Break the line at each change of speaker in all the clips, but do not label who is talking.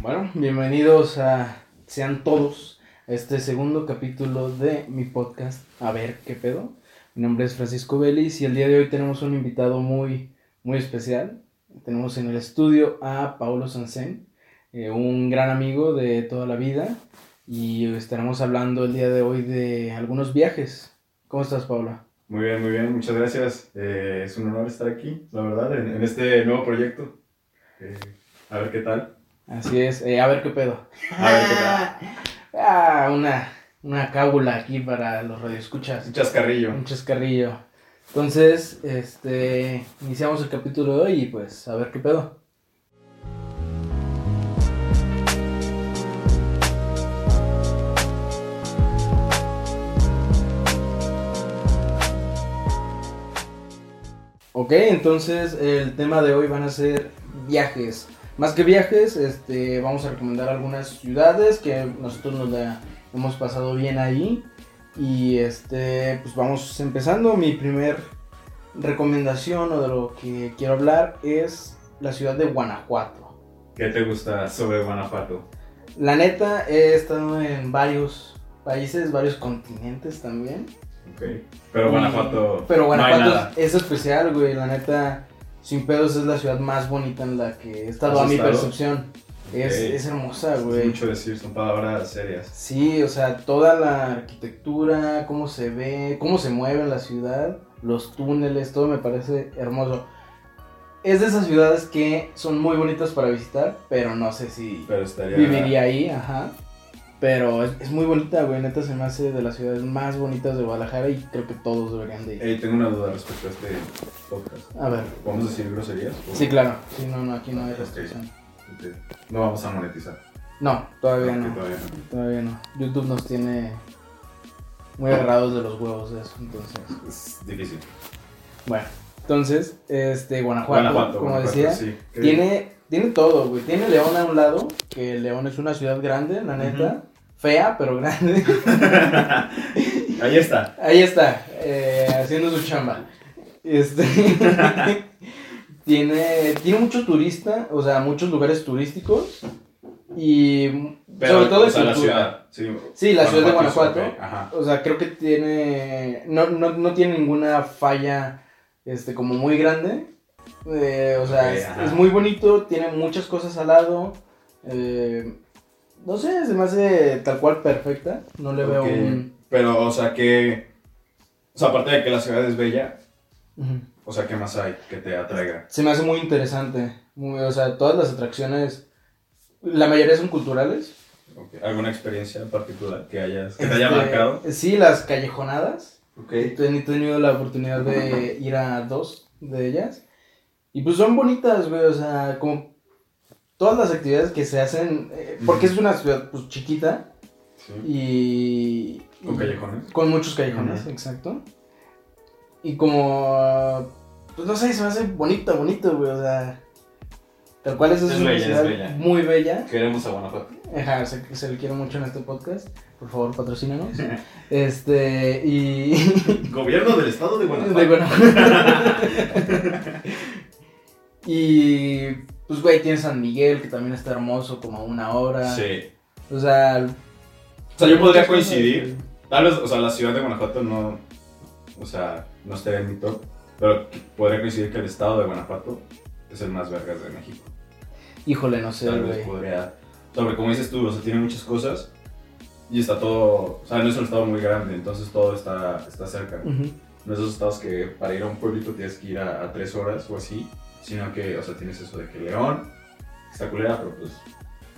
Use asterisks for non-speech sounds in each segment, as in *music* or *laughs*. Bueno, bienvenidos a sean todos a este segundo capítulo de mi podcast. A ver qué pedo. Mi nombre es Francisco Vélez y el día de hoy tenemos un invitado muy, muy especial. Tenemos en el estudio a Paulo Sansen, eh, un gran amigo de toda la vida. Y estaremos hablando el día de hoy de algunos viajes. ¿Cómo estás, Paula?
Muy bien, muy bien, muchas gracias. Eh, es un honor estar aquí, la verdad, en, en este nuevo proyecto. Eh, a ver qué tal.
Así es, eh, a ver qué pedo.
A ver qué tal.
Ah, una, una cábula aquí para los radioescuchas.
Un chascarrillo.
Un chascarrillo. Entonces, este, iniciamos el capítulo de hoy y pues a ver qué pedo. Ok, entonces el tema de hoy van a ser viajes. Más que viajes, este, vamos a recomendar algunas ciudades que nosotros nos la hemos pasado bien ahí. Y este, pues vamos empezando. Mi primer recomendación o de lo que quiero hablar es la ciudad de Guanajuato.
¿Qué te gusta sobre Guanajuato?
La neta, he estado en varios países, varios continentes también.
Ok. Pero Guanajuato.
Mm. Pero Guanajuato
No hay nada.
es especial, güey. La neta, sin pedos es la ciudad más bonita en la que he estado
¿Has
a mi
estado?
percepción. Es,
Ok.
es hermosa,
Es
güey.
mucho decir, son palabras serias.
Sí, o sea, toda la arquitectura, cómo se ve, cómo se mueve la ciudad, los túneles, todo me parece hermoso. Es de esas ciudades que son muy bonitas para visitar, pero no sé si
Pero estaría.
viviría ahí, ajá. Pero es, es muy bonita, güey, neta se me hace de las ciudades más bonitas de Guadalajara y creo que todos deberían de ir.
Ey, tengo una duda respecto a este podcast.
A ver.
¿Podemos decir groserías? ¿O-
Sí, claro. Sí, no, no, aquí no hay
Ok.
restricción.
Ok. No vamos a monetizar.
No, todavía no.
Ok, Todavía no.
Todavía no. YouTube nos tiene muy agarrados de los huevos de eso, entonces.
Es difícil.
Bueno, entonces, este, Guanajuato, como
Guanajuato,
decía,
sí. ¿Qué-
tiene, tiene todo, güey. Tiene León a un lado, que León es una ciudad grande, la neta. Fea, pero grande. *laughs*
Ahí está.
Ahí está, eh, haciendo su chamba. Este, *laughs* tiene, tiene mucho turista, o sea, muchos lugares turísticos y
Pero,
sobre todo
o
de
sea, la
cultura.
ciudad. Sí,
Sí, la ciudad de
Guanajuato,
Guanajuato.
ok, Ajá.
O sea, creo que tiene, no, no, no tiene ninguna falla, este, como muy grande. Eh, o sea,
Ok,
es-
ajá.
es, muy bonito, tiene muchas cosas al lado. Eh, no sé, se me hace tal cual perfecta. No le veo
Ok,
un...
Pero, o sea, que. O sea, aparte de que la ciudad es bella,
Ujú.
o sea, ¿qué más hay que te atraiga?
Se me hace muy interesante. muy- o sea, todas las atracciones, la mayoría son culturales.
Ok, ¿Alguna experiencia en particular que hayas. que te haya
Este,
marcado?
Sí, las callejonadas.
Ok.
He teni- tenido la oportunidad de ir a dos de ellas. Y pues son bonitas, güey. O sea, como todas las actividades que se hacen, eh, porque es una ciudad pues chiquita
Sí.
y...
Con
y-
callejones.
Con muchos callejones,
Ajá.
exacto. Y como. Pues no sé, se me hace bonito, bonito, güey. O sea. Tal cual es,
Es
una
bella, es
ciudad
bella.
muy bella.
Queremos a Guanajuato.
Ajá, sé que se le quiere mucho en este podcast. Por favor, patrocínanos.
*laughs*
este, y.
Gobierno del estado
de
de Guanajuato.
Guanajuato. *laughs* y. Pues, güey, tiene San Miguel, que también está hermoso, como a una hora.
Sí.
O sea.
O sea, yo podría
muchas cosas,
coincidir.
güey.
Tal vez, o sea, la ciudad de Guanajuato no. O sea, no estaría en mi top. Pero podría coincidir que el estado de Guanajuato es el más vergas de México.
Híjole, no sé,
tal vez
güey.
podría. O sea, porque como dices tú, o sea, tiene muchas cosas y está todo. O sea, no es un estado muy grande, entonces todo está, está cerca.
Ujú.
No es esos estados que para ir a un pueblito tienes que ir a, a tres horas o así, sino que, o sea, tienes eso de que León, está culera, pero pues.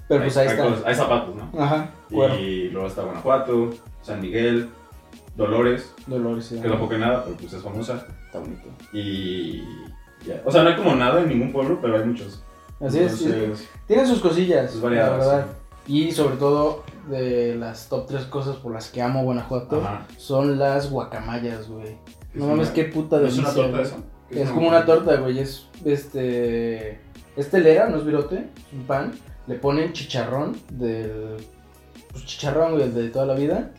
Pero pues
hay,
ahí
hay
está.
cosas- hay zapatos, ¿no?
Ajá, cuero.
Y luego está Guanajuato, San Miguel, Dolores,
Dolores, sí.
que tampoco hay nada, pero pues es famosa.
Está bonito.
Y. ya. O sea, no hay como nada en ningún pueblo, pero hay muchos.
Así es, sí.
Entonces,
Tienen sus cosillas,
es
la
variado,
verdad. Y sobre todo, de las top 3 cosas por las que amo
sí.
Guanajuato,
Ajá.
son las guacamayas, güey. No
Es
mames,
una-
qué puta
¿No
delicia. güey.
eso?
Es como una torta, güey. Es este. Es telera, no es virote, es un pan. Le ponen chicharrón del. Pues chicharrón, güey, el de toda la vida.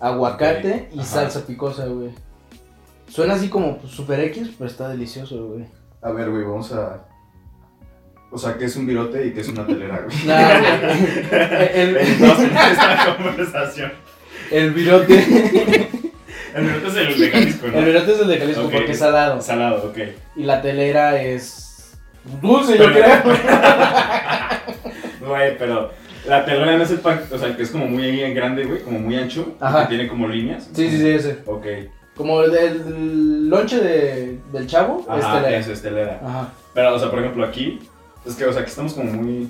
Aguacate
Ok,
y
ajá.
salsa picosa, güey.
*laughs*
Suena así como pues, super X, pero está delicioso, güey.
A ver, güey, vamos a. O sea, que es un virote y que es una telera, güey.
*laughs*
*laughs*
Nah, güey. el,
Entonces, en esta conversación.
el virote.
El virote es el de Jalisco,
El
¿no?
virote es el de Jalisco
Ok.
porque es salado.
Salado, ok.
Y la telera es dulce, yo creo.
Güey, pero *laughs* la telera no es el pan, o sea, que es como muy grande, güey, como muy ancho,
Ajá.
que tiene como líneas.
Sí, sí, sí, ese.
Ok.
Como el, el lonche de, del chavo es
Ajá,
telera.
eso es telera.
Ajá.
Pero, o sea, por ejemplo, aquí, es que, o sea, que estamos como muy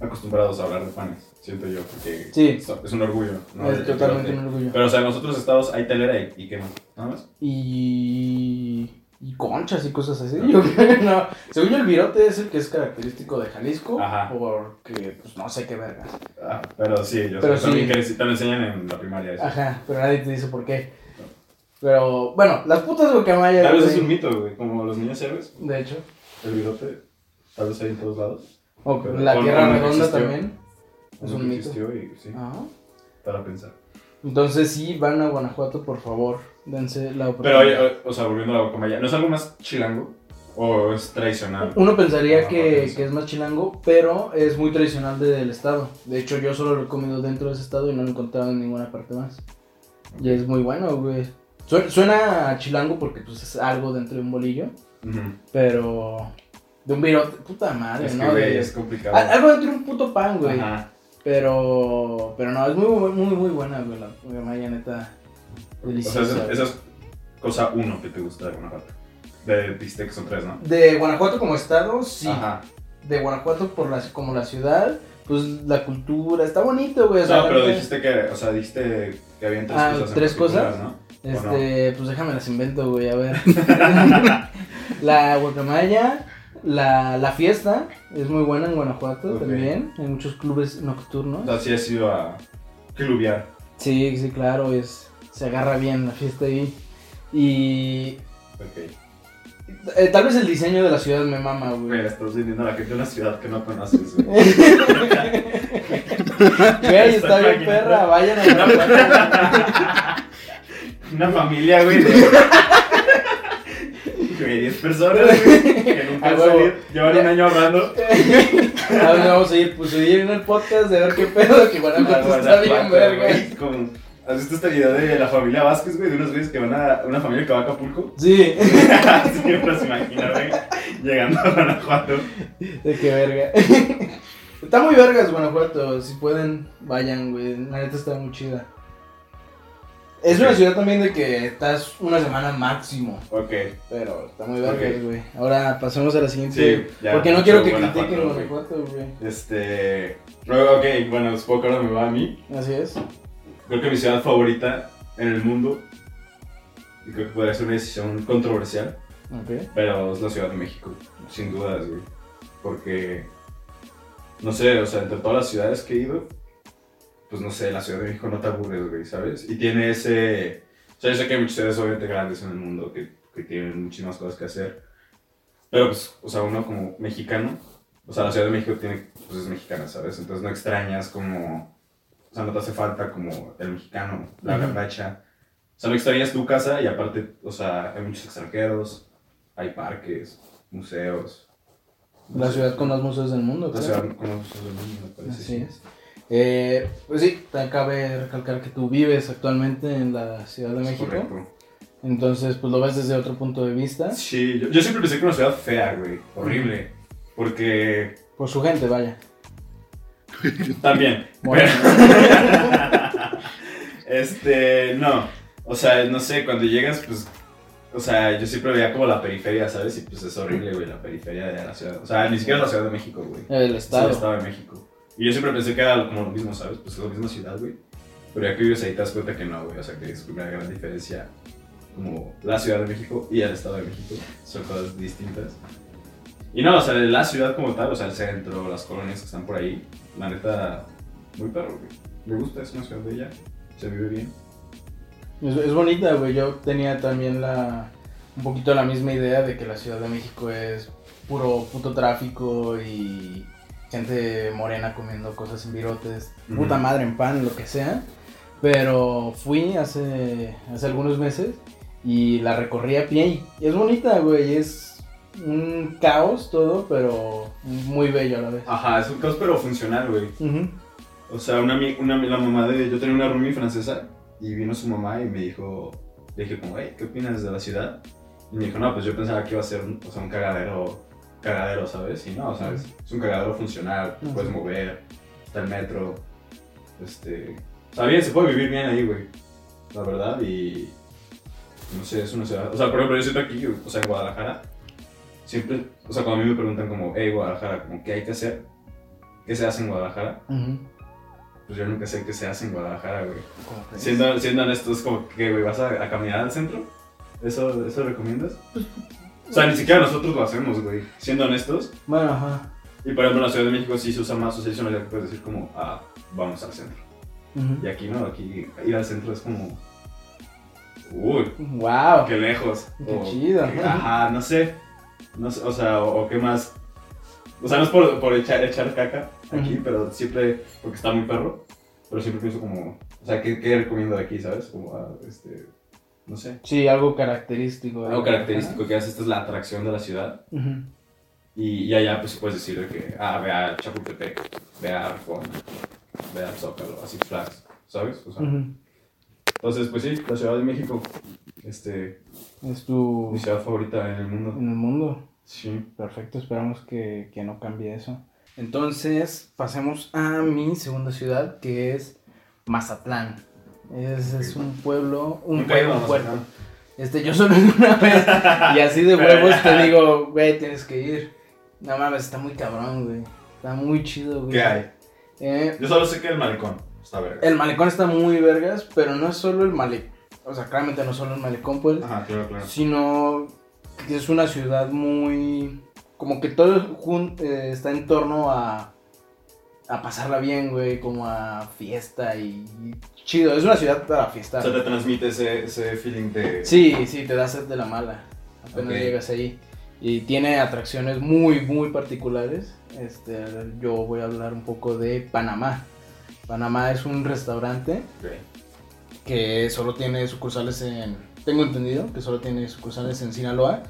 acostumbrados a hablar de panes, siento yo, porque
Sí.
es es un orgullo, ¿no?
es
El
totalmente
virote.
un orgullo.
Pero, o sea, en los otros estados hay telera y, y qué más, nada más.
Y. Y conchas y cosas así. Yo creo que no. Según yo, el virote es el que es característico de Jalisco.
Ajá.
Porque, pues no sé qué verga.
Ah, pero sí, yo
Pero
sé, también
sí.
que les- te lo enseñan en la primaria. eso.
Ajá, pero nadie te dice por qué. Pero, bueno, las putas guacamayas.
Tal vez es
güey,
un mito, güey, como los niños héroes,
De hecho.
el bigote, tal vez hay en todos lados.
O
Pero
la
con-
tierra
con lo que
redonda
existió.
también. Es
Nunca
un mito. Ah.
existió y sí,
Ajá.
para pensar.
Entonces, sí, van a Guanajuato, por favor. Dense la
Pero,
oportunidad.
oye, o- o sea, volviendo a la guacamaya, ¿no es algo más chilango o es
*laughs*
tradicional?
Uno pensaría
Ah, ok,
que,
sí.
que es más chilango, pero es muy tradicional de- del estado. De hecho, yo solo lo he comido dentro de ese estado y no lo he encontrado en ninguna parte más. Y es muy bueno, güey. Su- Suena a chilango porque pues es algo dentro de un bolillo,
Ujú.
pero de un virote, puta madre,
Es que,
¿no?
güey,
De-
es complicado.
Al- algo dentro de un puto pan, güey.
Ajá.
Pero pero no, es muy bu- muy muy buena, güey, la guacamaya neta.
O sea,
Deliciosa.
esa, esa es cosa uno que te gusta de Guanajuato. De dijiste que son tres, ¿no?
De Guanajuato como estado, sí.
Ajá.
de Guanajuato por la, como la ciudad, pues la cultura, está bonito, güey. o sea,
No, pero
realmente,
dijiste que, o sea, dijiste que habían tres
Ah,
cosas. en
¿tres
particular,
cosas?
¿no?
Este, pues déjame las invento, güey, a ver.
*laughs*
la guacamaya, la, la fiesta, es muy buena en Guanajuato
Ok.
también, hay muchos clubes nocturnos.
O sea, sí has ido a clubear.
Sí, sí, claro, es, se agarra bien la fiesta ahí. Y
Ok.
eh, tal vez el diseño de la ciudad me mama, güey.
Güey, le estás vendiendo a la gente de una ciudad que no conoces, güey.
*laughs*
*laughs*
Güey, está
Estoy
bien
imaginando.
perra, vayan
*laughs*
a Guanajuato.
Una familia, güey, de... Güey, 10 personas, güey, que nunca
A
han
huevo.
salido. Llevan un año hablando.
Ah, ¿A dónde vamos a ir? Pues subir en el podcast de ver qué pedo que *laughs* Guanajuato pues, está bien verga.
Como- ¿Has visto esta idea de la familia Vázquez, güey? De unos güeyes que van a... Una familia que va a Acapulco. *laughs*
Sí,
Siempre se imagina, güey, llegando a Guanajuato.
de qué verga. *laughs* Está muy vergas Guanajuato, si pueden, vayan, güey. La neta está muy chida. Es una
Ok.
ciudad también de que estás una semana máximo,
Ok,
pero está muy vergas,
Ok.
güey. Ahora pasamos a la
sí,
siguiente.
ya.
porque no quiero que
Guanajuato,
critiquen
güey.
Guanajuato, güey.
Este... luego, Ok, bueno, supongo que ahora me va a mí.
Así es.
Creo que mi ciudad favorita en el mundo, y creo que podría ser una decisión controversial,
Ok.
pero es la Ciudad de México, sin dudas, güey. Porque, no sé, o sea, entre todas las ciudades que he ido, pues no sé, la Ciudad de México no te aburres, güey, ¿sabes? Y tiene ese... O sea, yo sé que hay muchas ciudades obviamente grandes en el mundo que, que tienen muchísimas cosas que hacer, pero pues, o sea, uno como mexicano, o sea, la Ciudad de México tiene, pues es mexicana, ¿sabes? Entonces no extrañas como... O sea, no te hace falta como el mexicano, la
Ujú.
garnacha. O sea, no extrañas tu casa y aparte, o sea, hay muchos extranjeros, hay parques, museos.
La ciudad con los museos del mundo,
La
creo.
ciudad con los museos del mundo, me parece.
Así es. Eh, pues sí, te cabe recalcar que tú vives actualmente en la Ciudad de
Es
México.
correcto.
Entonces, pues lo ves desde otro punto de vista.
Sí, yo, yo siempre pensé que era una ciudad fea, güey, horrible.
*laughs*
Porque
Por su gente, vaya.
también.
Bueno.
*laughs* Este, no. O sea, no sé, cuando llegas, pues. O sea, yo siempre veía como la periferia, ¿sabes? Y pues es horrible, güey, la periferia de la ciudad. O sea, ni siquiera es la Ciudad de México, güey.
El
Es el
estado.
Estado de México. Y yo siempre pensé que era como lo mismo, ¿sabes? Pues es la misma ciudad, güey. Pero ya que vives ahí te das cuenta que no, güey. O sea, que es una gran diferencia. Como la Ciudad de México y el Estado de México. Son cosas distintas. Y no, o sea, la ciudad como tal, o sea, el centro, las colonias que están por ahí. La neta, muy perro, güey. Me gusta, es una ciudad bella. Se vive bien.
Es, es bonita, güey. Yo tenía también la un poquito la misma idea de que la Ciudad de México es puro puto tráfico y gente morena comiendo cosas en virotes,
Ujú.
puta madre en pan, lo que sea. Pero fui hace, hace algunos meses y la recorrí a pie y es bonita, güey. Es un caos todo, pero muy bello a la vez.
Ajá, es un caos pero funcional, güey.
Ujú.
O sea, una, ami- una, la mamá de... Yo tenía una roomie francesa y vino su mamá y me dijo... Le dije como, hey, ¿qué opinas de la ciudad? Y me dijo, no, pues yo pensaba que iba a ser un, o sea, un cagadero, cagadero, ¿sabes? Y no, o sea, es, es un cagadero funcional, te
Ujú.
puedes mover, está el metro, este... O sea, bien, se puede vivir bien ahí, güey. La verdad, y... No sé, es una ciudad... O sea, por ejemplo, yo siento aquí, o sea, en Guadalajara, siempre... O sea, cuando a mí me preguntan como, hey, Guadalajara, como, ¿qué hay que hacer? ¿Qué se hace en Guadalajara?
Ujú.
Pues yo nunca sé qué se hace en Guadalajara, güey.
¿Cómo crees?
Siendo, siendo honestos, como que, güey, vas a, a caminar al centro. ¿Eso, ¿Eso recomiendas? O sea, ni siquiera nosotros lo hacemos, güey. Siendo honestos.
Bueno, ajá.
Y por ejemplo, en la Ciudad de México sí se usa más, o sea, es una idea que puedes decir como, ah, vamos al centro.
Ujú.
Y aquí no, aquí ir al centro es como, uy,
Wow.
qué lejos.
Qué chido.
Ajá, no sé. No sé, o sea, o, o qué más. O sea, no es por, por echar, echar caca aquí,
Ujú.
pero siempre, porque está muy perro, pero siempre pienso como, o sea, ¿qué, qué recomiendo de aquí, sabes? Como, ah, este, no sé.
Sí, algo característico.
Algo característico que hace, esta es la atracción de la ciudad.
Ujú.
Y, y allá, pues, puedes decir de que, ah, ve a Chapultepec, ve a Arcón, ve a Zócalo, así Flags, ¿sabes? O sea,
Ujú.
Entonces, pues sí, la Ciudad de México, este,
Es tu...
mi ciudad favorita en el mundo.
En el mundo.
Sí.
Perfecto, esperamos que, que no cambie eso. Entonces, pasemos a mi segunda ciudad, que es Mazatlán. Es, es un pueblo, un
Nunca he ido
pueblo
a
fuerte.
Mazatlán.
Este, yo solo he ido una vez y así de
Pero
huevos
ya.
te digo, güey, tienes que ir. No mames, está muy cabrón, güey. Está muy chido, güey.
¿Qué hay?
Eh,
Yo solo sé que el malecón está verga.
el malecón está muy vergas, pero no es solo el malecón. O sea, claramente no es solo el malecón, pues.
Ajá, claro, claro.
sino que es una ciudad muy como que todo jun- eh, está en torno a a pasarla bien, güey, como a fiesta y, y chido, es una ciudad para
O
fiestar.
sea, te transmite ese, ese feeling de...
Sí, sí, te da sed de la mala apenas
Ok.
llegas ahí y tiene atracciones muy muy particulares. Este, yo voy a hablar un poco de Panamá. Panamá es un restaurante
Ok.
que solo tiene sucursales en, tengo entendido que solo tiene sucursales en Sinaloa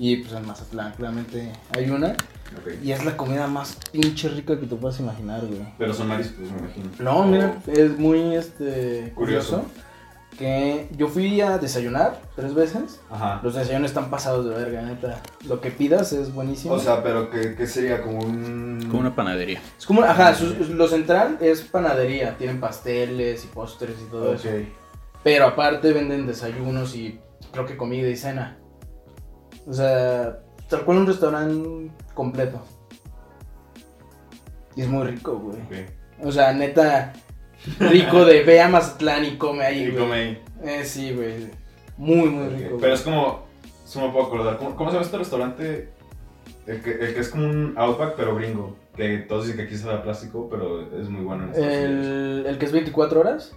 y pues en Mazatlán claramente hay una
ok.
y es la comida más pinche rica que te puedas imaginar, güey.
Pero son mariscos, me imagino.
No,
O-
mira, es muy este curioso,
Oh. Curioso.
que yo fui a desayunar tres veces.
Ajá.
Los desayunos están pasados de verga, neta. Lo que pidas es buenísimo.
O sea, pero que, que sería como Ah, un...
Como una panadería.
es como, ajá, sus- lo central es panadería, tienen pasteles y postres y todo
Ok.
eso. Pero aparte venden desayunos y creo que comida y cena. O sea, tal cual un restaurante completo. Y es muy rico, güey.
Ok.
O sea, neta, rico de ve a Mazatlán y come ahí,
Y
güey.
come ahí.
Eh, sí, güey. Muy, muy
Ok.
rico. güey.
Pero es como... Eso me puedo acordar. ¿Cómo, cómo se llama este restaurante? El que, el que es como un Outback, pero gringo. Que todos dicen que aquí se da plástico, pero es muy bueno en Estados Unidos.
el, el que es 24 horas.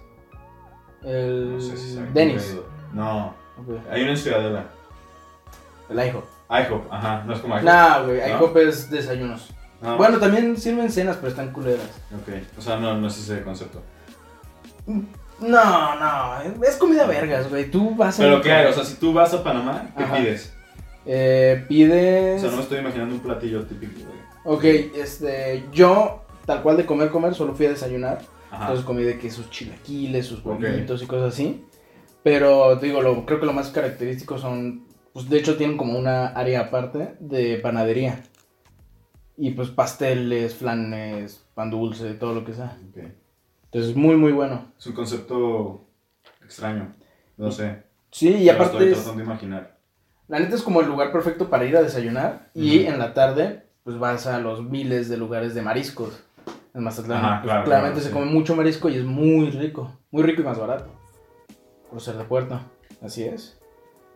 El.
No sé si saben.
Dennis.
No.
Ok.
Hay una en Ciudadela.
El IHOP.
IHOP, ajá. No es como IHOP.
Nah, güey.
¿No?
IHOP es desayunos.
No.
Bueno, también sirven cenas, pero están culeras.
Ok. O sea, no, no es ese concepto.
No, no, es comida vergas, güey. Tú vas a.
Pero ¿qué hay? O sea, si tú vas a Panamá, ¿qué
Ajá.
pides?
Eh,
O
pides.
sea, no me estoy imaginando un platillo típico, güey.
Ok, este. Yo, tal cual de comer, comer, solo fui a desayunar.
Ajá.
Entonces comí de que sus chilaquiles, sus
Ah. Ok.
huevitos y cosas así. Pero, te digo, lo, creo que lo más característico son. Pues de hecho, tienen como una área aparte de panadería. Y pues pasteles, flanes, pan dulce, todo lo que sea.
Ok.
Entonces, muy, muy bueno.
Es un concepto extraño. No sé.
Sí, y
Yo lo
aparte.
Estoy
es-
tratando de imaginar.
La neta es como el lugar perfecto para ir a desayunar y
Ujú.
en la tarde pues vas a los miles de lugares de mariscos en Mazatlán.
Ajá,
Pues,
claro,
claramente
claro,
se
sí.
come mucho marisco y es muy rico, muy rico y más barato por ser de puerto, así es.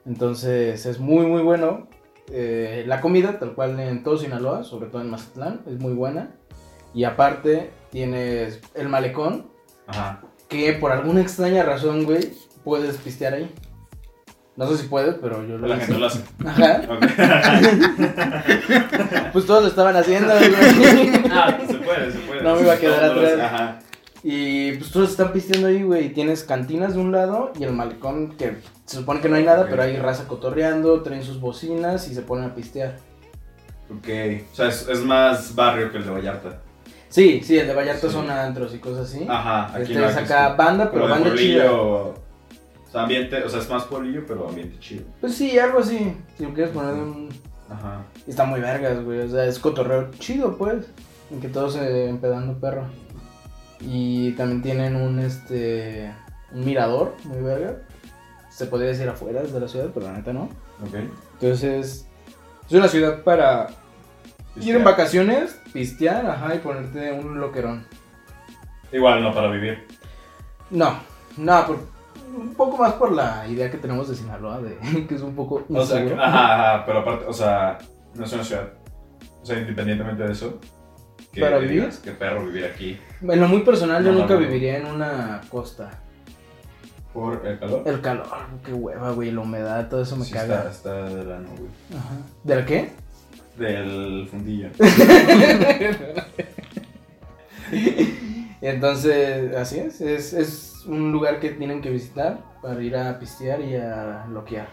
Entonces es muy muy bueno. Eh, la comida tal cual en todo Sinaloa, sobre todo en Mazatlán, es muy buena. Y aparte tienes el malecón
Ajá.
que por alguna extraña razón, güey, puedes pistear ahí. No sé si puedes, pero yo lo
La
hice.
gente lo hace.
Ajá.
Ok. *laughs*
Pues todos lo estaban haciendo,
*laughs*
güey.
Ah, se puede, se puede.
No me iba a quedar
Todo lo hace.
atrás.
Ajá.
Y pues todos están pisteando ahí, güey. Y Tienes cantinas de un lado y el malecón que se supone que no hay nada,
Ok.
pero hay raza cotorreando, traen sus bocinas y se ponen a pistear.
Ok. O sea, es, es más barrio que el de Vallarta.
Sí, sí, el de Vallarta
Sí.
son antros y cosas así.
Ajá, aquí
este
no
es
hay
acá banda, pero
Como de
banda chida.
pueblillo, O sea, ambiente, o sea, es más pueblillo, pero ambiente chido.
Pues sí, algo así. Si lo quieres poner de un.
Ajá.
Está muy vergas, güey. O sea, es cotorreo chido, pues. En que todos se empedando perro. Y también tienen un este. un mirador, muy verga. Se podría decir afuera de la ciudad, pero la neta no.
Ok.
Entonces. Es una ciudad para ir en
Este,
vacaciones, pistear, ajá, y ponerte un loquerón.
Igual no para vivir.
No, no, por, un poco más por la idea que tenemos de Sinaloa, de, *laughs* que es un poco
O sea, que- ah,
inseguro.
ajá, ajá, pero aparte, o sea, no es una ciudad. O sea, independientemente de eso. Que
¿Para vivir?
digas, Qué perro vivir aquí.
En lo muy personal, yo
No,
nunca
no.
viviría en una costa.
Por el calor.
El calor, qué hueva, güey, la humedad, todo eso me
Sí, Está,
caga.
está de la nube.
Ajá. ¿Del qué? *laughs*
Del fundillo.
Entonces, así es, es, es un lugar que tienen que visitar para ir a pistear y a loquear.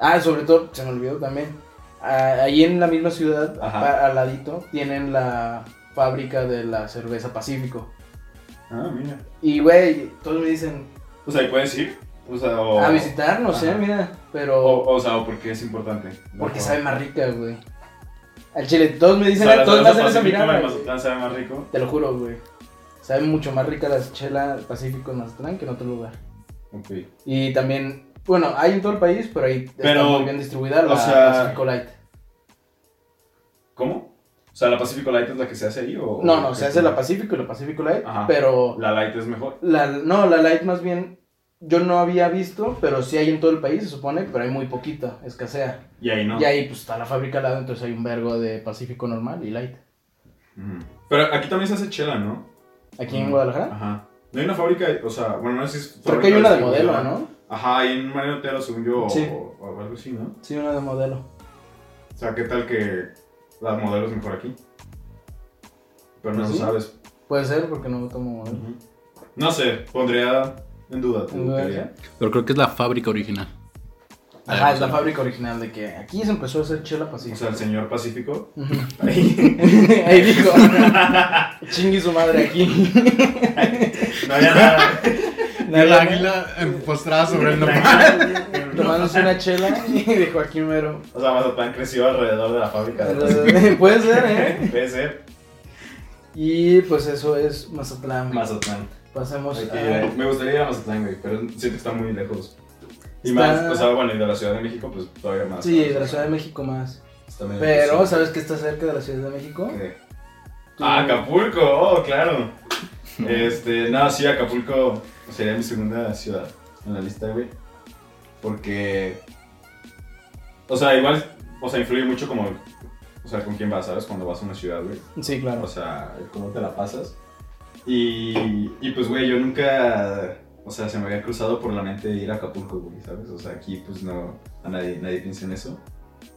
Ah, sobre todo, se me olvidó también, ah, ahí en la misma ciudad,
Ajá.
a- al ladito, tienen la fábrica de la cerveza Pacífico.
Ah, mira.
Y, güey, todos me dicen,
O sea, puedes ir. O sea, o.
a visitar, no sé,
Oh. Ajá.
mira, pero...
O, o sea, o porque es importante. No,
porque
por-
sabe más rica, güey. Al chile, todos me
O
dicen,
sea, la
todos me hacen
cerveza
esa
Pacífico
mirada.
de
güey.
Mazatlán sabe más rico.
Te lo juro, güey. Saben mucho más rica las chelas Pacífico en Mazatlán que en otro lugar.
Ok.
Y también, bueno, hay en todo el país, pero ahí está
Pero,
muy bien distribuida la
o sea-
Pacífico Light.
¿Cómo? O sea, la Pacific Light es la que se hace ahí o.
No, no, se hace la Pacífico y la Pacífico Light,
Ajá.
pero
La Light es mejor.
la, no, la Light más bien yo no había visto, pero sí hay en todo el país, se supone, pero hay muy poquita, escasea.
Y ahí no.
Y ahí pues está la fábrica al lado, entonces hay un vergo de Pacífico normal y Light.
Mm. Pero aquí también se hace chela, ¿no?
Aquí en
Mm.
Guadalajara.
Ajá. No hay una fábrica, o sea, bueno, no sé si es.
Creo que hay una de modelo, ¿no?
Ajá, hay en Mario Otero, según yo,
Sí.
o, o algo así, ¿no?
Sí, una de modelo.
O sea, ¿qué tal que la modelo es mejor aquí? Pero no
Pues
lo
sí.
sabes.
Puede ser porque no tomo modelo.
No sé, pondría en duda. tu
¿En duda
teoría.
Pero creo que es la fábrica original.
Ajá,
Ah,
es la
sí.
fábrica original de que aquí se empezó a hacer chela
O
pacífica.
sea, el señor Pacífico.
Ujú.
Ahí.
*laughs* Ahí dijo, chingue su madre aquí.
No había nada.
*laughs*
El águila eh, postrada sobre el *laughs* nopal.
Tomándose una chela y dijo aquí mero.
O sea, Mazatlán creció alrededor de la fábrica. de Pacífico.
Puede ser, ¿eh?
Puede ser.
Y pues eso es Mazatlán. güey.
Mazatlán.
Pasemos
Hay que ir ahí.
a...
Me gustaría ir a Mazatlán, güey, pero siento que está muy lejos. Y
Está-
más, o sea, bueno, y de la Ciudad de México, pues todavía más.
Sí, de la Ciudad de México más.
Está medio
Pero,
lejos.
¿sabes qué está cerca de la Ciudad de México?
¿Qué?
Tú-
Ah, Acapulco, oh, claro. Este, no, sí, Acapulco sería mi segunda ciudad en la lista, güey. Porque. O sea, igual, o sea, influye mucho como. O sea, con quién vas, ¿sabes? Cuando vas a una ciudad, güey.
Sí,
O
claro.
sea, cómo te la pasas. Y, y pues, güey, yo nunca, o sea, se me había cruzado por la mente ir a Acapulco, güey, ¿sabes? O sea, aquí pues no, a nadie, nadie piensa en eso.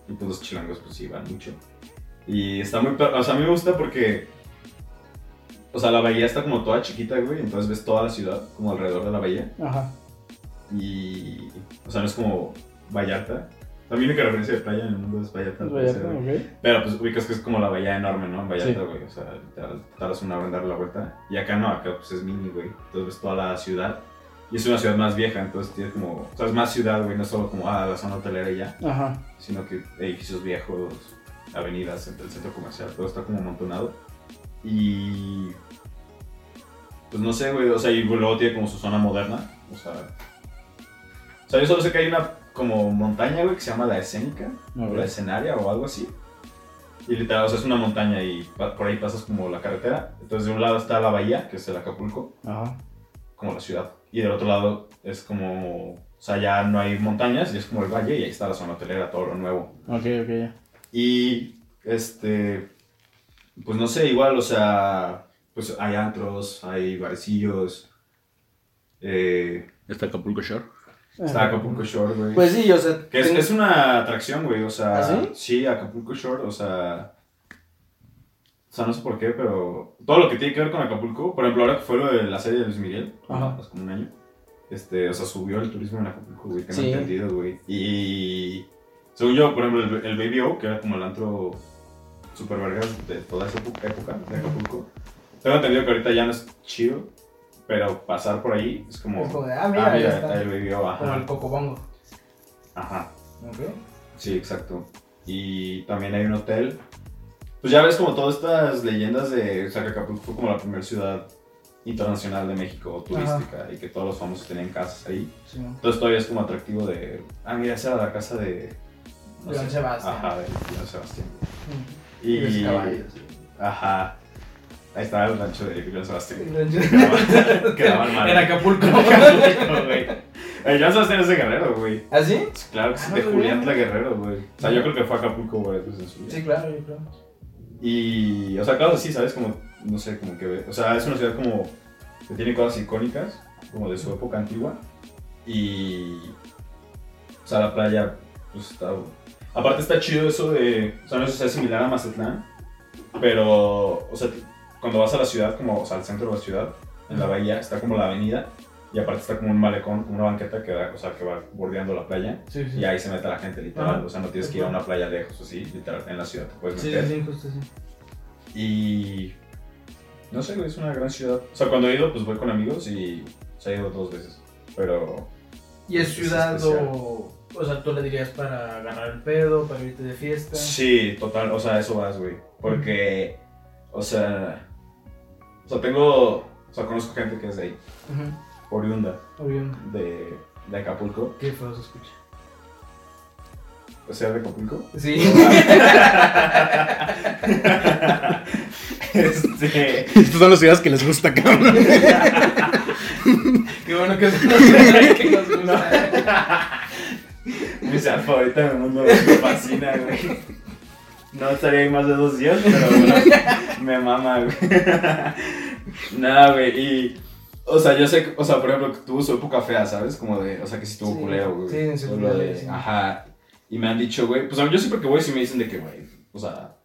Y pues los chilangos pues sí van mucho. Y está muy, per- o sea, a mí me gusta porque, o sea, la bahía está como toda chiquita, güey, entonces ves toda la ciudad como alrededor de la bahía.
Ajá.
Y, o sea, no es como Vallarta. También que referencia de playa en el mundo es Vallarta.
¿Es
al parecer,
Vallarta?
güey.
Ok.
Pero pues ubicas que es como la bahía enorme, ¿no? En Vallarta,
Sí.
güey. O sea, literal, tardas una hora en dar la vuelta. Y acá no, acá pues es mini, güey. Entonces ves toda la ciudad. Y es una ciudad más vieja, entonces tiene como. O sea, es más ciudad, güey. No es solo como, ah, la zona hotelera y ya.
Ajá.
Sino que edificios viejos, avenidas, el centro comercial. Todo está como amontonado. Y. Pues no sé, güey. O sea, y luego tiene como su zona moderna. O sea. O sea, yo solo sé que hay una como montaña, güey, que se llama la escénica o
Pues.
la escenaria o algo así. Y literal, o sea, es una montaña y pa- por ahí pasas como la carretera. Entonces, de un lado está la bahía, que es el Acapulco,
Ajá.
como la ciudad. Y del otro lado es como, o sea, ya no hay montañas y es como el valle y ahí está la zona hotelera, todo lo nuevo.
Ok, ok, ya.
Y, este, pues no sé, igual, o sea, pues hay antros, hay barecillos, eh,
Está Acapulco Shore.
está Acapulco Shore, güey.
Pues sí, o sea...
Que es,
tengo-
es una atracción, güey, o sea...
¿Ah, sí?
Acapulco Shore, o sea... O sea, no sé por qué, pero... Todo lo que tiene que ver con Acapulco, por ejemplo, ahora que fue lo de la serie de Luis Miguel,
Ajá.
hace como un año, este, o sea, subió el turismo en Acapulco, güey, tengo
Sí.
entendido, güey. Y... O Según yo, por ejemplo, el, el Baby O, que era como el antro super vergas de toda esa epu- época de Acapulco. Tengo entendido que ahorita ya no es chido, pero pasar por ahí es como.
Es como de, ah,
ah,
mira,
mira,
ahí está.
ahí el Baby O,
Como
ajá.
el cocobongo.
Ajá.
Ok.
Sí, exacto. Y también hay un hotel. Pues ya ves como todas estas leyendas de o sea, que Acapulco fue como la primera ciudad internacional de México turística y que todos los famosos tenían casas ahí.
Sí, ¿no?
Entonces todavía es como atractivo de, ah, mira, esa era la casa de... no
León
sé.
Sebastián.
Ajá, de León Sebastián.
Mm.
Y...
Y los
*laughs*
caballos.
Ajá. Ahí estaba el rancho de
*laughs*
León Sebastián. Quedaba mal.
En Acapulco.
Acapulco, güey. *laughs* El León Sebastián es de Guerrero, güey.
¿Así?
Sí, Claro que sí,
*laughs* Ah,
de
muy bien.
Julián Tla Guerrero, güey. O sea, yo creo que fue a Acapulco varias veces en su vida.
Sí, claro, yo creo.
Y, o sea, claro, sí, ¿sabes? Como, no sé, como que, o sea, es una ciudad como que tiene cosas icónicas, como de su época antigua. Y, o sea, la playa, pues está. Aparte, está chido eso de, o sea, no sé si es similar a Mazatlán, pero, o sea, cuando vas a la ciudad, como, o sea, al centro de la ciudad, en la bahía, está como la avenida. Y aparte está como un malecón, como una banqueta que da, o sea, que va bordeando la playa.
Sí, sí.
Y ahí se mete la gente, literal.
Ajá.
O sea, no tienes que ir a una playa lejos, así, literal, en la ciudad te puedes
Sí,
meter.
sí, sí, justo sí.
Y. No sé, güey, es una gran ciudad. O sea, cuando he ido, pues voy con amigos y. Se ha ido dos veces. Pero.
¿Y es
Es
ciudad
especial.
o.? O sea, tú le dirías para ganar el pedo, para irte de fiesta.
Sí, total. O sea, a eso vas, güey. Porque. O sea. O sea, tengo. O sea, conozco gente que es de ahí.
Ujú,
Oriunda.
obviamente.
De. De Acapulco.
Qué feo se escucha.
O sea, de Acapulco. *laughs*
Sí.
este.
*laughs* Estas son las ciudades que les gusta, cabrón.
*laughs* Qué bueno que es *laughs* una ciudad que nos *laughs* gusta.
*laughs* Mi ciudad favorita del mundo güey, me fascina, güey. No estaría ahí más de dos días, pero bueno, me mama, güey. *laughs* Nada, güey, y. O sea, yo sé, que- o sea, por ejemplo, que tuvo su época fea, ¿sabes? Como de, o sea, que sí tuvo
Sí,
culero, güey.
sí, en su
O lo
culero,
de-
sí.
Ajá. Y me han dicho, güey, pues a mí yo siempre que voy, sí me dicen de que, güey, o sea,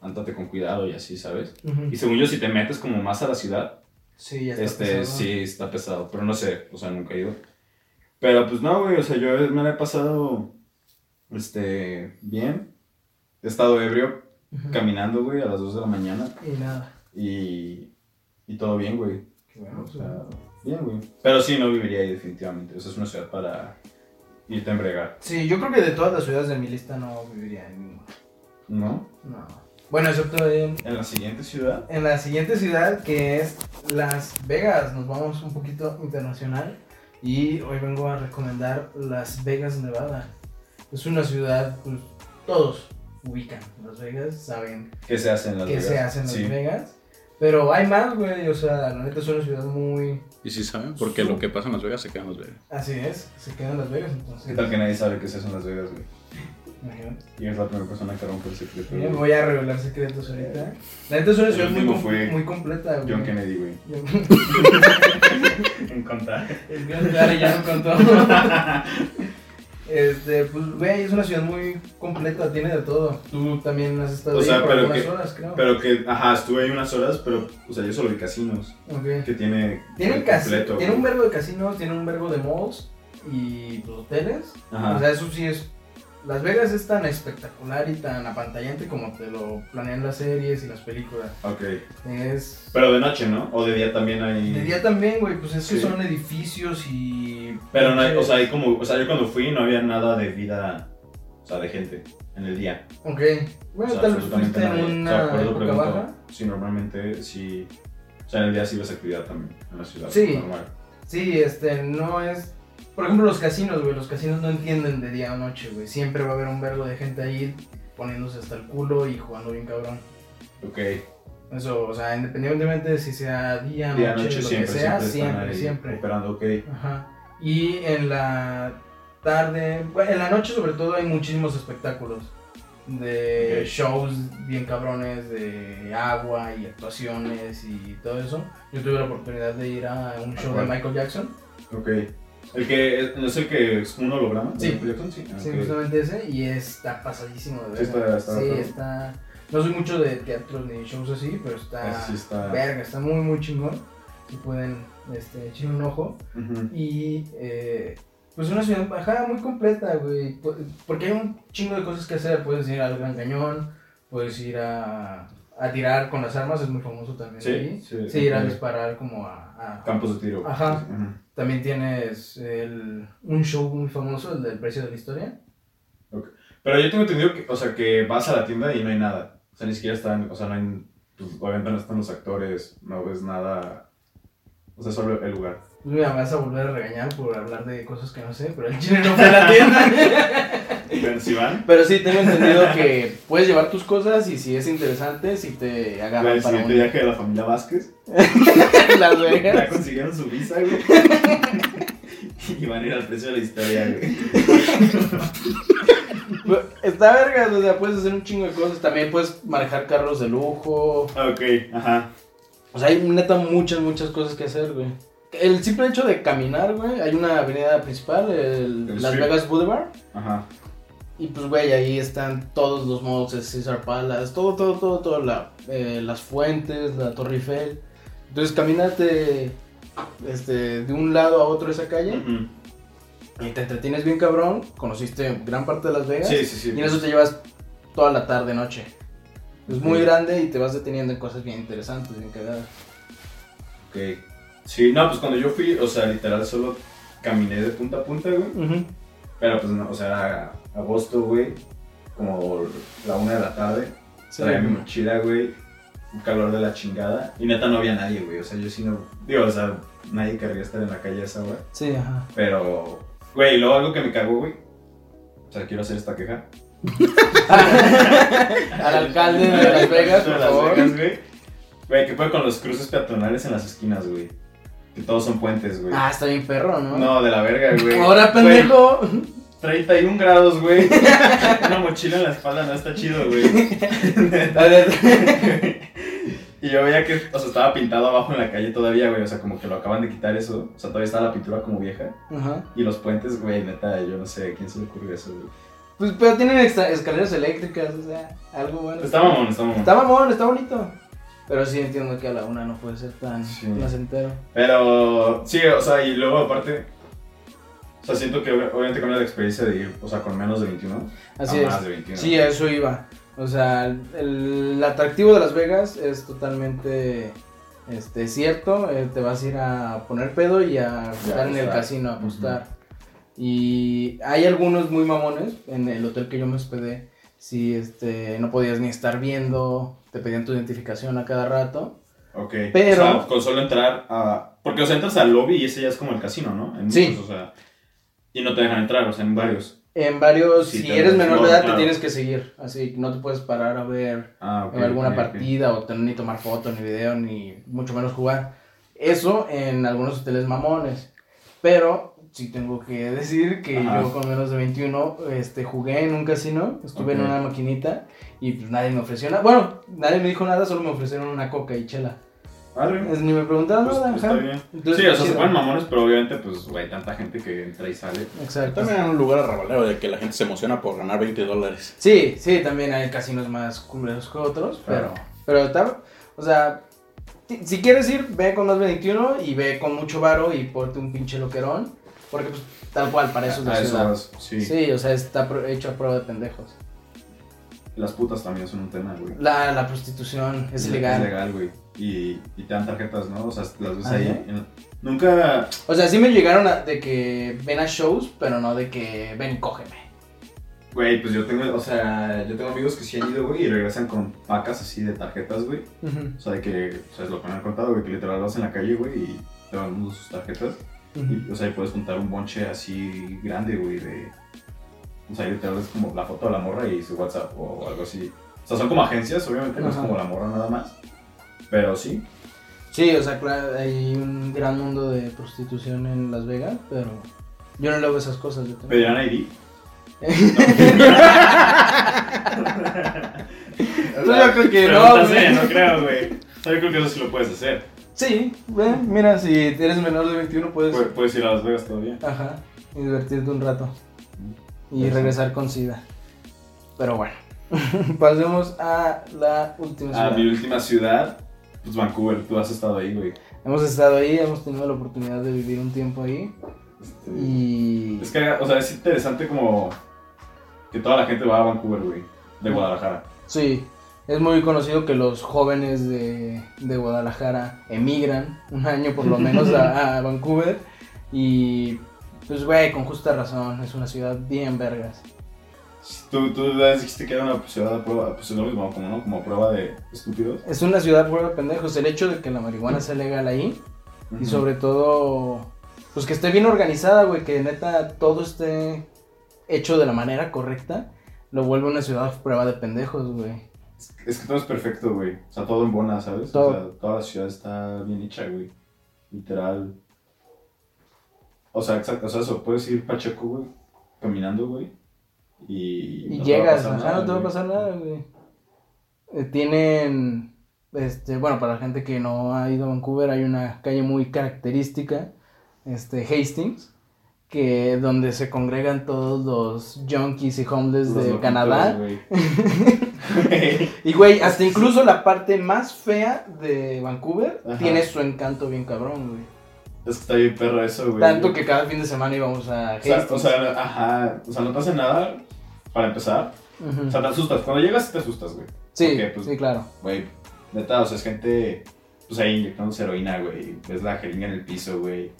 andate con cuidado y así, ¿sabes? Y
Ujú.
según yo, si te metes como más a la ciudad,
Sí, ya está.
este,
pesado.
sí, está pesado, pero no sé, o sea, nunca he ido. Pero pues no, güey, o sea, yo me la he pasado, este, bien. He estado ebrio
Ujú.
caminando, güey, a las 2 de la mañana
Y nada.
y, y todo bien, güey.
Qué bueno.
O sea, bien, güey. Pero sí, no viviría ahí definitivamente. O sea, es una ciudad para irte a embriagar,
Sí, yo creo que de todas las ciudades de mi lista no viviría en ninguna.
¿no?
No. Bueno, excepto en,
En la siguiente ciudad.
en la siguiente ciudad que es Las Vegas. Nos vamos un poquito internacional y hoy vengo a recomendar Las Vegas, Nevada. Es una ciudad, pues todos ubican Las Vegas, saben
¿Qué se hace en Las
que
Vegas?
se hace en Las
Sí.
Vegas. Pero hay más, güey, o sea, la neta es una ciudad muy...
Y sí saben, porque lo que pasa en Las Vegas se queda en Las Vegas.
Así es, se queda en Las Vegas, entonces...
¿Qué tal que nadie sabe qué se hace en Las Vegas, güey?
imagínate.
Y es la primera persona que rompe el secreto.
Bien,
güey.
Voy a revelar secretos ahorita. La neta es una
El
ciudad muy,
último
com-
fue
muy completa, güey.
John Kennedy, güey.
John-
En contar.
El Gran Dare ya lo contó. Este, pues, güey, es una ciudad muy completa, tiene de todo. Tú también has estado
O
ahí
sea,
por
pero
algunas
que-
horas, creo.
Pero que, ajá, estuve ahí unas horas, pero, o sea, yo solo vi casinos.
Ok.
Que tiene.
Tiene,
el
casi-
completo,
tiene un
güey.
verbo de casinos, tiene un verbo de malls y pues, hoteles.
Ajá.
O sea, eso sí es... Las Vegas es tan espectacular y tan apantallante como te lo planean las series y las películas.
Ok.
Es...
Pero de noche, ¿no? O de día también hay.
De día también, güey, pues es que
Sí.
son edificios y...
Pero no hay, o sea, hay
pinches-
como. O sea, yo cuando fui no había nada de vida. O sea, de gente en el día.
Ok.
O
Bueno,
sea,
tal vez
absolutamente
fuiste en
nadie.
una
O sea, por eso
época
pregunto
baja.
si normalmente sí. O sea, en el día sí ves actividad también en la ciudad.
Sí.
Normal.
Sí, este, no es... Por ejemplo, los casinos, güey, los casinos no entienden de día a noche, güey. Siempre va a haber un vergo de gente ahí poniéndose hasta el culo y jugando bien cabrón.
Ok.
Eso, o sea, independientemente de si sea día,
Día,
noche,
noche,
lo que
siempre,
sea,
siempre, están
siempre,
ahí
siempre.
operando, ok.
Ajá. Y en la tarde, bueno, en la noche sobre todo hay muchísimos espectáculos de
Ok.
shows bien cabrones, de agua y actuaciones y todo eso. Yo tuve la oportunidad de ir a un
¿A
show
cuál?
de Michael Jackson.
Ok. El que es, ¿no es el que es como un holograma?
Sí.
¿El Jackson? Sí. Ah,
Sí, pues,
ok.
justamente ese, y está pasadísimo de
Sí,
verga.
está- está
Sí,
bastante.
está- No soy mucho de teatros ni shows así, pero está.
Ese Ah, sí está.
Verga, está muy, muy chingón. Si pueden este, echarle un ojo.
Ujú.
Y eh,
Pues una ciudad ajá, muy completa, güey. po- Porque hay un chingo de cosas que hacer. Puedes ir al Gran Cañón, puedes ir a, a tirar con las armas, es muy famoso también.
Sí,
Sí,
sí.
sí ir a disparar como a. a-
Campos de tiro.
Ajá.
Sí,
También tienes el, un show muy famoso, el del precio de la historia.
Pero yo tengo entendido que, o sea, que vas a la tienda y no hay nada. O sea, ni siquiera están, o sea, no hay, pues, obviamente no están los actores, no ves nada. O sea, solo el lugar.
Pues mira, me vas a volver a regañar por hablar de cosas que no sé, pero el chile no fue a la tienda.
Pero si van,
*laughs* Pero sí, tengo entendido
*laughs*
que puedes llevar tus cosas y si es interesante, si te agarran
el
para
siguiente viaje de la familia Vázquez,
un- Las
ya
Vegas.
consiguieron su visa, güey. *laughs* y van a ir al precio de la historia, güey.
Está vergas, o sea, puedes hacer un chingo de cosas. También puedes manejar carros de lujo.
Ah, Ok, ajá.
O sea, hay neta muchas, muchas cosas que hacer, güey. El simple hecho de caminar, güey. Hay una avenida principal, el
El
Las
Strip.
Vegas Boulevard.
Ajá.
Y pues, güey, ahí están todos los malls, el Caesar Palace, todo, todo, todo, todo, la, eh, las fuentes, la Torre Eiffel. Entonces, caminate este, de un lado a otro esa calle
Ujú.
y te entretienes bien cabrón, conociste gran parte de Las Vegas
Sí, sí, sí.
y en eso te llevas toda la tarde, noche. Es muy
Sí.
grande y te vas deteniendo en cosas bien interesantes, bien cagadas.
Ok. Sí, no, pues cuando yo fui, o sea, literal solo caminé de punta a punta, güey. Pero pues no, o sea, era agosto, güey, como la una de la tarde.
Sí.
traía mi mochila, güey, un calor de la chingada. Y neta no había nadie, güey, o sea, yo sí no... Digo, o sea, nadie querría estar en la calle a esa hora.
Sí, ajá. *laughs*
Pero, güey, y luego algo que me cagó, güey. O sea, quiero hacer esta queja.
Al alcalde de Las Vegas,
De
por
Las
favor.
Vegas, güey. Güey, ¿qué fue con los cruces peatonales en las esquinas, güey? Que todos son puentes, güey.
Ah, está bien perro, ¿no?
No, de la verga, güey.
Ahora,
Güey,
pendejo.
31 grados, güey. *laughs* Una mochila en la espalda no está chido,
*laughs*
güey. y yo veía que, o sea, estaba pintado abajo en la calle todavía, güey. O sea, como que lo acaban de quitar eso. O sea, todavía está la pintura como vieja.
Ajá.
Y los puentes, güey, neta, yo no sé quién se le ocurrió eso, güey.
Pues, pero tienen extra- escaleras eléctricas, o sea, algo bueno.
Está mamón, está mamón.
Está mamón, está bonito. Pero sí entiendo que a la una no puede ser tan
Sí.
placentero.
Pero, sí, o sea, y luego aparte. O sea, siento que ob- obviamente con la experiencia de ir, o sea, con menos de 21.
Así
a
es.
Más de 21.
Sí, a eso iba. O sea, el, el atractivo de Las Vegas es totalmente este, cierto. eh, te vas a ir a poner pedo y a jugar en el
apostar.
casino, a apostar. Y hay algunos muy mamones. En el hotel que yo me hospedé, si este, no podías ni estar viendo, te pedían tu identificación a cada rato.
Ok.
Pero-
O sea, con solo entrar a. Porque, o sea, entras al lobby y ese ya es como el casino, ¿no? En
Sí.
muchos, o sea. Y no te dejan entrar, o sea, en varios.
En varios,
Sí,
si
te-
eres menor
no,
de edad,
claro.
te tienes que seguir. Así, no te puedes parar a ver
Ah, ok.
alguna
ok, ok.
partida o tener- ni tomar foto, ni video, ni mucho menos jugar. Eso en algunos hoteles mamones. Pero sí tengo que *laughs* decir que
Ajá.
yo con menos de 21 este, jugué en un casino, estuve en
Ok.
una maquinita y pues nadie me ofreció nada. Bueno, nadie me dijo nada, solo me ofrecieron una coca y chela.
Arre,
Es- Ni me preguntaron
pues,
nada.
está
ajá.
bien.
Entonces,
sí, o sea,
chido.
se ponen mamones, pero obviamente, pues, güey, tanta gente que entra y sale.
Exacto.
También en un lugar arrabalero de que la gente se emociona por ganar 20 dólares.
Sí, sí, también hay casinos más cumbreros que otros, pero,
Claro.
pero está, o sea, ti- si quieres ir, ve con más 21 y ve con mucho varo y ponte un pinche loquerón, porque pues tal cual, para eso es la
Ah,
ciudad.
vas, sí.
Sí, o sea, está pro- hecho a prueba de pendejos.
Las putas también son un tema, güey.
La, la prostitución es ilegal.
Es legal, güey. Y, y te dan tarjetas, ¿no? O sea, las ves
Ajá.
ahí. en- Nunca.
O sea, sí me llegaron a- de que ven a shows, pero no de que ven y cógeme.
Güey, pues yo tengo, o sea, yo tengo amigos que sí han ido, güey, y regresan con pacas así de tarjetas, güey. O sea, de que, o sea, es lo que me han contado, güey, que literal vas en la calle, güey, y te van dando sus tarjetas. Y, o sea, y puedes juntar un bonche así grande, güey, de... O sea, y literal es como la foto de la morra y su WhatsApp o algo así. O sea, son como agencias, obviamente, no es
Ajá.
como la morra nada más. Pero sí.
Sí, o sea, claro, hay un gran mundo de prostitución en Las Vegas, pero yo no le hago esas cosas. Yo tengo-
¿Pedirán ID?
No, yo creo que no,
Preguntas,
güey.
eh, No creo, güey. O sea, Yo creo que eso sí lo puedes hacer.
Sí, ve, mira, si eres menor de 21 puedes,
Pu- Puedes ir a Las Vegas todavía.
ajá, y divertirte un rato y
Eso.
regresar con SIDA. Pero bueno, *laughs* pasemos a la última
A
ciudad.
mi última ciudad, pues Vancouver. Tú has estado ahí, güey.
Hemos estado ahí, hemos tenido la oportunidad de vivir un tiempo ahí.
Este,
Y.
Es que, o sea, es interesante como que toda la gente va a Vancouver, güey, de Guadalajara.
Sí, es muy conocido que los jóvenes de, de Guadalajara emigran un año por lo menos a, a Vancouver y pues güey, con justa razón, es una ciudad bien vergas.
Tú, tú ya dijiste que era una ciudad de prueba, pues es lo mismo, como, ¿no? como prueba de estúpidos.
Es una ciudad prueba de pendejos, el hecho de que la marihuana sea legal ahí y sobre todo pues que esté bien organizada, güey, que neta todo esté hecho de la manera correcta, lo vuelve una ciudad prueba de pendejos, güey.
Es que todo es perfecto, güey. O sea, todo en Bona, ¿sabes?
Todo.
O sea, toda la ciudad está bien hecha, güey. Literal. O sea, exacto. O sea, eso, puedes ir Pacheco, güey, caminando, güey. Y,
Y
no te va a
llegas,
pasar
ajá,
nada,
no te va a
güey.
pasar nada, güey. Eh, tienen, este, bueno, para la gente que no ha ido a Vancouver, hay una calle muy característica, este, Hastings, que donde se congregan todos los junkies y homeless
Los
de
loquitos,
Canadá.
güey. *laughs*
Y, güey, hasta incluso la parte más fea de Vancouver
Ajá.
tiene su encanto bien cabrón, güey.
es que está bien perro eso, güey.
Tanto que cada fin de semana íbamos a
O sea,
Hastings.
o sea, ajá. O sea, no te hace nada para empezar.
Ujú.
O sea, te asustas. Cuando llegas, te asustas, güey.
sí,
ok, pues-
sí, claro.
Güey, neta, o sea, es gente, pues ahí inyectándose heroína, güey. Ves la jeringa en el piso, güey.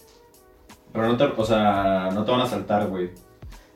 Pero no te, o sea, no te van a saltar, güey.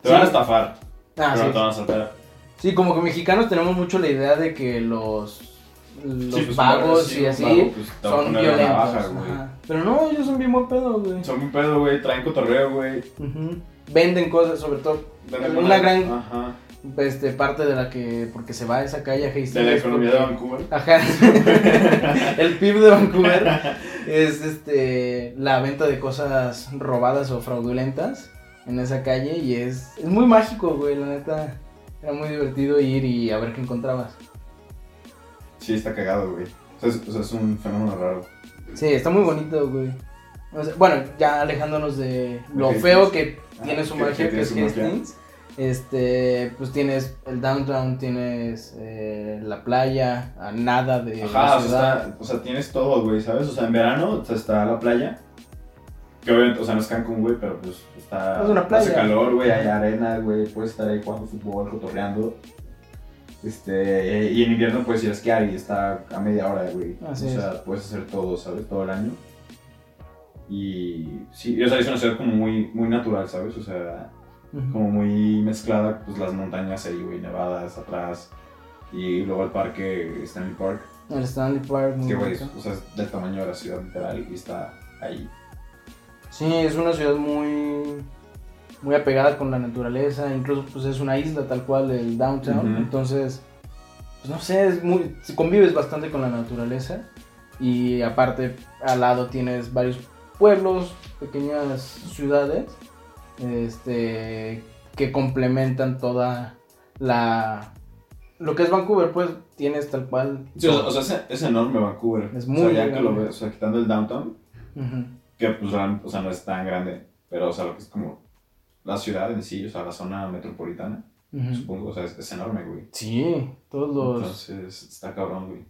Te
Sí.
van a estafar,
Ah,
pero
sí.
no te van a saltar.
Sí, como que mexicanos tenemos mucho la idea de que los, los
Sí, pues,
vagos
sí,
y
un
así
vago, pues, te va a
son
poner la
violentos.
navaja, güey.
ajá. Pero no, ellos son bien buen pedo, güey.
Son un pedo, güey, traen cotorreo, güey.
Ujú. Venden cosas, sobre todo
Venden
Una
cosas-
gran-
Ajá.
este, parte de la que, porque se va a esa calle a Hastings.
De la economía de
porque-
Vancouver.
Ajá. *laughs* El PIB de Vancouver es este la venta de cosas robadas o fraudulentas en esa calle y es, es muy mágico, güey, la neta. Era muy divertido ir y a ver qué encontrabas.
Sí, está cagado, güey. O sea, es, o sea, es un fenómeno raro.
Sí, está muy bonito, güey. O sea, bueno, ya alejándonos de lo
Hastings.
feo que
Ah,
tiene su
que- que
magia, que,
tiene
es
su magia.
Hastings. Este, pues tienes el downtown, tienes eh, la playa, a nada de
Ajá,
la
o
ciudad.
sea, está- o sea, tienes todo, güey, ¿sabes? O sea, en verano o sea, está la playa. Que obviamente, o sea, no es Cancún, güey, pero pues está.
Es una playa.
Hace calor, güey, hay arena, güey, puedes estar ahí jugando fútbol, cotorreando. Este, eh, y en invierno puedes ir a esquiar y está a media hora, güey.
Así
o sea, puedes hacer todo, ¿sabes? Todo el año. Y sí, o sea, es una ciudad como muy, muy natural, ¿sabes? O sea,
Ujú.
como muy mezclada, pues las montañas ahí, güey, nevadas atrás. Y luego el parque, Stanley Park.
El Stanley Park, muy
Que, güey,
bonito.
o sea, es del tamaño de la ciudad literal y está ahí.
Sí, es una ciudad muy muy apegada con la naturaleza, incluso pues es una isla tal cual el downtown,
Ujú.
entonces pues no sé, es muy convives bastante con la naturaleza y aparte al lado tienes varios pueblos, pequeñas ciudades este que complementan toda la lo que es Vancouver, pues tienes tal cual
Sí, o, sea, o sea, es, es enorme Vancouver.
Es
O
muy
sea, ya que lo
grande.
ves, o sea, quitando el downtown,
Ujú.
que pues, real- o sea, no es tan grande, pero, o sea, lo que es como la ciudad en sí, o sea, la zona metropolitana,
Ujú.
supongo, o sea, es, es enorme, güey.
Sí, todos los
Entonces, está cabrón, güey.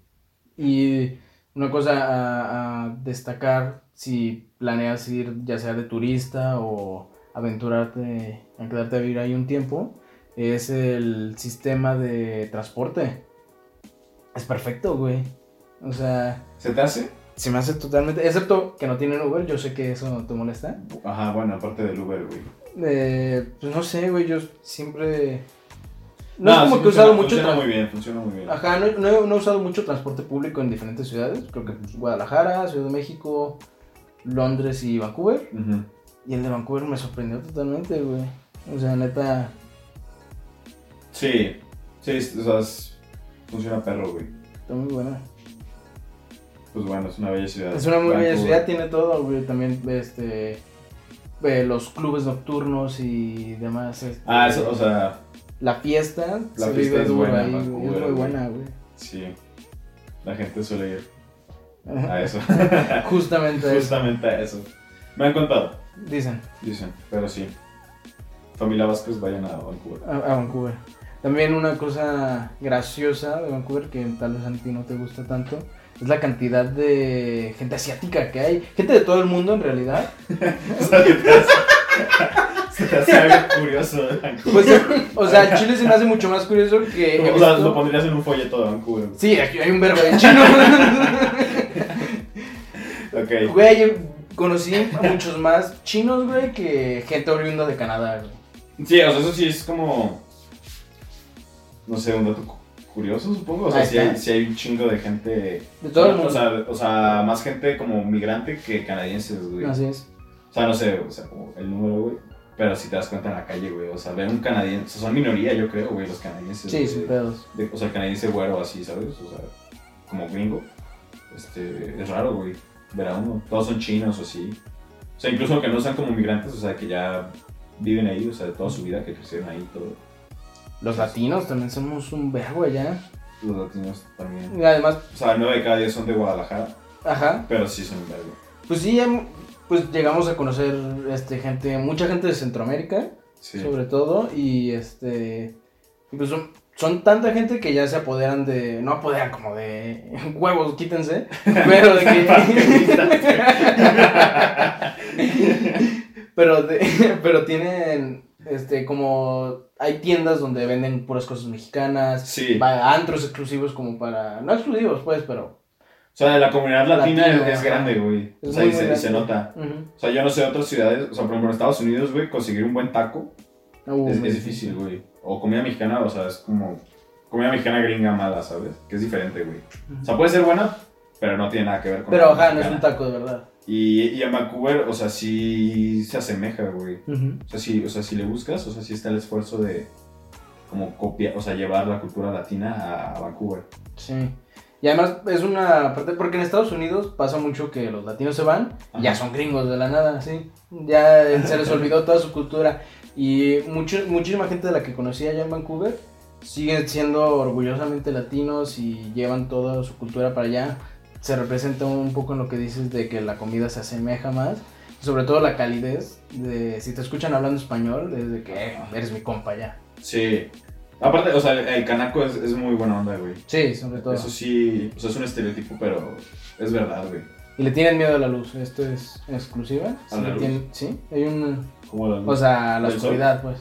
Y una cosa a, a destacar, si planeas ir ya sea de turista o aventurarte a quedarte a vivir ahí un tiempo, es el sistema de transporte. Es perfecto, güey. O sea,
¿Se te hace?
se me hace totalmente... Excepto que no tienen Uber, yo sé que eso te molesta.
Ajá, bueno, aparte del Uber, güey.
Eh, pues no sé, güey, yo siempre... No, es
Nah,
como
sí
que he usado
funciona-
mucho
Funciona
transporte.
muy bien, funciona muy bien.
Ajá, no, no he- no he usado mucho transporte público en diferentes ciudades. Creo que pues, Guadalajara, Ciudad de México, Londres y Vancouver.
Ujú.
Y el de Vancouver me sorprendió totalmente, güey. O sea, neta.
Sí, sí, es- o sea, es- funciona perro, güey.
Está muy buena.
Pues bueno, es una bella ciudad.
Es una muy bella
Vancouver.
ciudad, tiene todo, güey. También, este. eh, los clubes nocturnos y demás. este,
Ah, eso, o sea,
La fiesta.
La
se
fiesta
vive
es
duro
buena en
ahí, güey, Es
Vancouver,
muy
güey.
buena, güey.
Sí, la gente suele ir
Ajá.
a eso.
*laughs* Justamente eso.
Justamente a eso. Me han contado,
Dicen.
dicen, pero sí. Familia Vázquez, vayan a Vancouver. *laughs*
a, a Vancouver. También una cosa graciosa de Vancouver que tal vez a ti no te gusta tanto es la cantidad de gente asiática que hay. Gente de todo el mundo en realidad.
O sea, ¿qué te hace? Se te hace algo curioso de Vancouver.
Pues, o sea, Chile se me hace mucho más curioso que. he
O sea,
visto-
lo pondrías en un folleto de Vancouver.
Sí, aquí hay un verbo de chino.
Ok.
Güey, yo conocí a muchos más chinos, güey, que gente oriunda de Canadá, güey.
Sí, o sea, eso sí es como. No sé, un dato cu- curioso, supongo. O sea,
Ahí
sí
está.
hay, sí hay un chingo de gente.
De todo el
O
mundo.
sea, o sea, más gente como migrante que canadienses, güey.
Así es.
O sea, no sé, o sea, como el número, güey. Pero si te das cuenta en la calle, güey. O sea, ver un canadiense. O sea, son minoría, yo creo, güey, los canadienses.
Sí,
güey.
sin pedos.
de- o sea, el canadiense güero así, ¿sabes? O sea, como gringo. Este, es raro, güey, ver a uno. Todos son chinos o así. O sea, incluso que no sean como migrantes, o sea, que ya viven ahí, o sea, toda su vida, que crecieron ahí, todo.
Los latinos también somos un verbo allá.
Los latinos también.
Y además,
O sea, 9 de cada 10 son de Guadalajara,
ajá.
pero sí son un verbo.
Pues sí, em, pues llegamos a conocer este, gente, mucha gente de Centroamérica,
Sí.
sobre todo, y este. y Pues son, son tanta gente que ya se apoderan de. No apoderan como de. *laughs* Huevos,
*laughs*
quítense. Pero de que. pero, de- *laughs* pero tienen. Este, como. Hay tiendas donde venden puras cosas mexicanas.
Sí.
va- Antros exclusivos como para. No exclusivos, pues, pero.
O sea, la comunidad latina
Latino,
es, es
ajá.
grande, güey.
Es
O sea,
muy,
y
muy
se, y se
grande.
nota.
ujú.
O sea, yo no sé otras ciudades, o sea, por ejemplo, en Estados Unidos, güey, conseguir un buen taco
Uh,
Es,
muy
es difícil, güey. O comida mexicana, o sea, es como comida mexicana gringa mala, ¿sabes? Que es diferente, güey. O sea, puede ser buena, pero no tiene nada que ver con
Pero
la
ajá, no es
mexicana.
un taco de verdad.
Y, y a Vancouver, o sea, sí se asemeja, güey. O sea, sí, o sea, si le buscas, o sea, sí está el esfuerzo de como copia, o sea, llevar la cultura latina a, a Vancouver.
Sí. Y además es una parte, porque en Estados Unidos pasa mucho que los latinos se van y ya
Ajá.
son gringos de la nada, sí. Ya se les olvidó toda su cultura. Y mucho, muchísima gente de la que conocí allá en Vancouver sigue siendo orgullosamente latinos y llevan toda su cultura para allá. Se representa un poco en lo que dices de que la comida se asemeja más. Sobre todo la calidez de si te escuchan hablando español, desde que "Eh, eres mi compa ya.
Sí. Aparte, o sea, el, el canaco es, es muy buena onda, güey.
Sí, sobre todo.
Eso sí, o sea, es un estereotipo, pero es verdad, güey.
Y le tienen miedo a la luz. Esto es exclusiva.
¿A
Sí,
la
le
luz?
tienen- sí, hay un.
Como la luz,
O sea, a la
¿Del sol?
oscuridad, pues.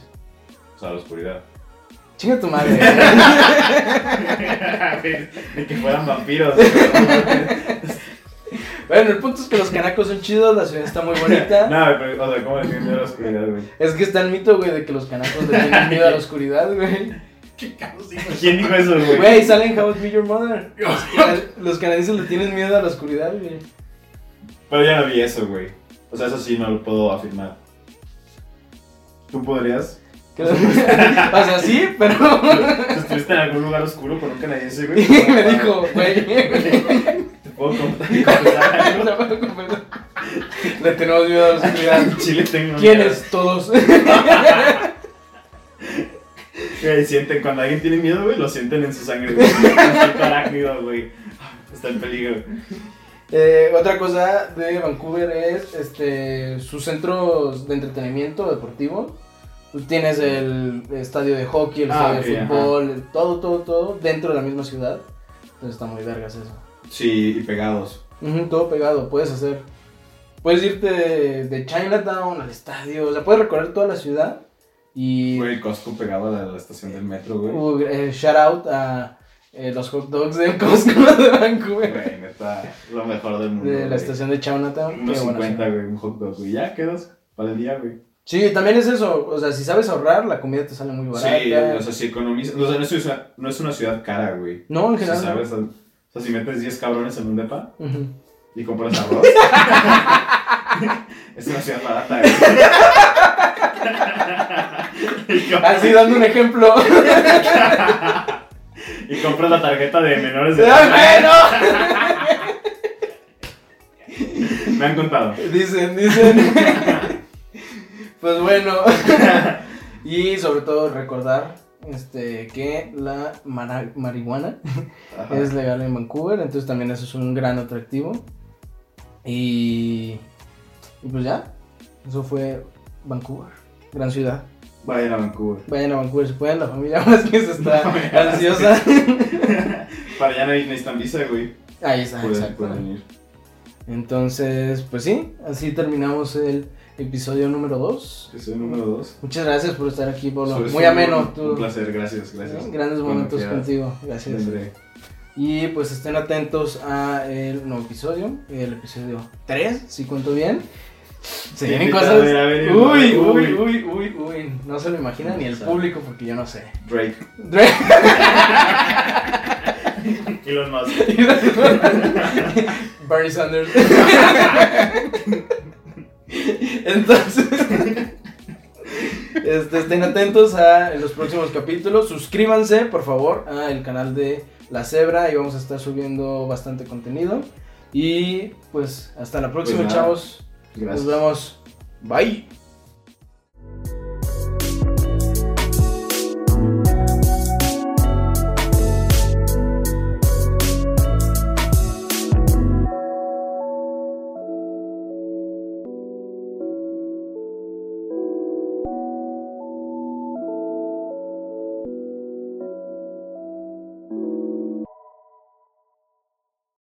o sea, la oscuridad. *laughs*
Chinga tu madre. *laughs*
de que fueran vampiros.
bueno, el punto es que los canacos son chidos, la ciudad está muy bonita.
*laughs* No, pero, o sea, ¿cómo decir miedo a la oscuridad, güey?
Es que está el mito, güey, de que los canacos le tienen
*laughs*
miedo a la oscuridad, güey.
¿Quién dijo eso, güey?
Güey, salen How to Be Your Mother.
*laughs*
Los cana- Los canadienses le tienen miedo a la oscuridad, güey.
Pero ya no vi eso, güey. O sea, eso sí no lo puedo afirmar. ¿Tú podrías?
Que- *laughs* o sea, sí,
*laughs*
pero. *laughs*
¿Estuviste en algún lugar oscuro con un canadiense, güey?
me dijo, güey.
*laughs*
*laughs*
¿Te puedo contar y confesar *laughs* algo?
le tenemos miedo a la oscuridad.
En Chile tengo miedo. *laughs*
¿Quiénes? Todos.
Güey, sienten, cuando alguien tiene miedo, güey, lo sienten en su sangre, güey. *laughs* Instinto arácnido, güey. Está en peligro.
Eh, otra cosa de Vancouver es este sus centros de entretenimiento deportivo. Tú tienes el estadio de hockey, el
Ah,
estadio
ok,
de fútbol, el- todo, todo, todo dentro de la misma ciudad. Entonces está muy vergas eso.
Sí, y pegados.
Ujú, todo pegado, puedes hacer. Puedes irte de, de Chinatown al estadio, o sea, puedes recorrer toda la ciudad. Y.
Güey, el Costco pegado a la, la estación del metro, güey.
Uh, eh, shout out a eh, los hot dogs del Costco de *laughs* Vancouver,
Güey, neta, lo mejor del mundo.
de la
güey.
estación de Chinatown.
Unos
Qué buena
50, güey, un hot dog, güey. Ya quedas para el día, güey.
Sí, también es eso. O sea, si sabes ahorrar, la comida te sale muy barata.
Sí, o sea, si economizas. O sea, no es una, no es una ciudad cara, güey.
no, en
Si
general. no.
sabes, o sea, si metes 10 cabrones en un depa
Ujú.
*laughs* y compras
*laughs*
arroz. es una ciudad barata, güey. *laughs* y, com-
Así Ah, dando un
*laughs*
ejemplo.
y compras la tarjeta de
*laughs*
menores de edad.
¡Bueno!
Me han contado.
Dicen, dicen. *laughs* pues bueno. *laughs* y sobre todo recordar este, que la mara- marihuana
Ajá.
es legal en Vancouver. Entonces también eso es un gran atractivo. Y, y pues ya. Eso fue Vancouver. Gran ciudad.
Vayan a Vancouver.
Vayan a Vancouver si pueden, la familia *laughs* Vázquez está
No, ya,
ansiosa.
*laughs* Para allá no hay- necesitan visa, güey.
Ahí está,
Pueden,
Ah, exacto.
pueden venir.
Entonces, pues sí, así terminamos el episodio número 2.
Episodio número 2.
Muchas gracias por estar aquí, Polo. Muy ameno.
Un
tú-
placer, gracias, gracias.
Grandes
Cuando
momentos
quieras.
contigo. Gracias.
Vendré.
Y pues estén atentos a el nuevo episodio, el episodio 3, si cuento bien. Se
Te
vienen
invito a
cosas.
ver, a ver,
uy,
a ver.
uy, uy, uy, uy. No se lo imagina ni el público porque yo no sé.
*laughs* Drake.
Drake.
Elon Musk.
*laughs* Barry Sanders. Entonces, este, estén atentos a los próximos capítulos. Suscríbanse, por favor, al canal de La Cebra y vamos a estar subiendo bastante contenido. Y pues hasta la próxima,
nada.
chavos.
Gracias.
Nos vemos. Bye.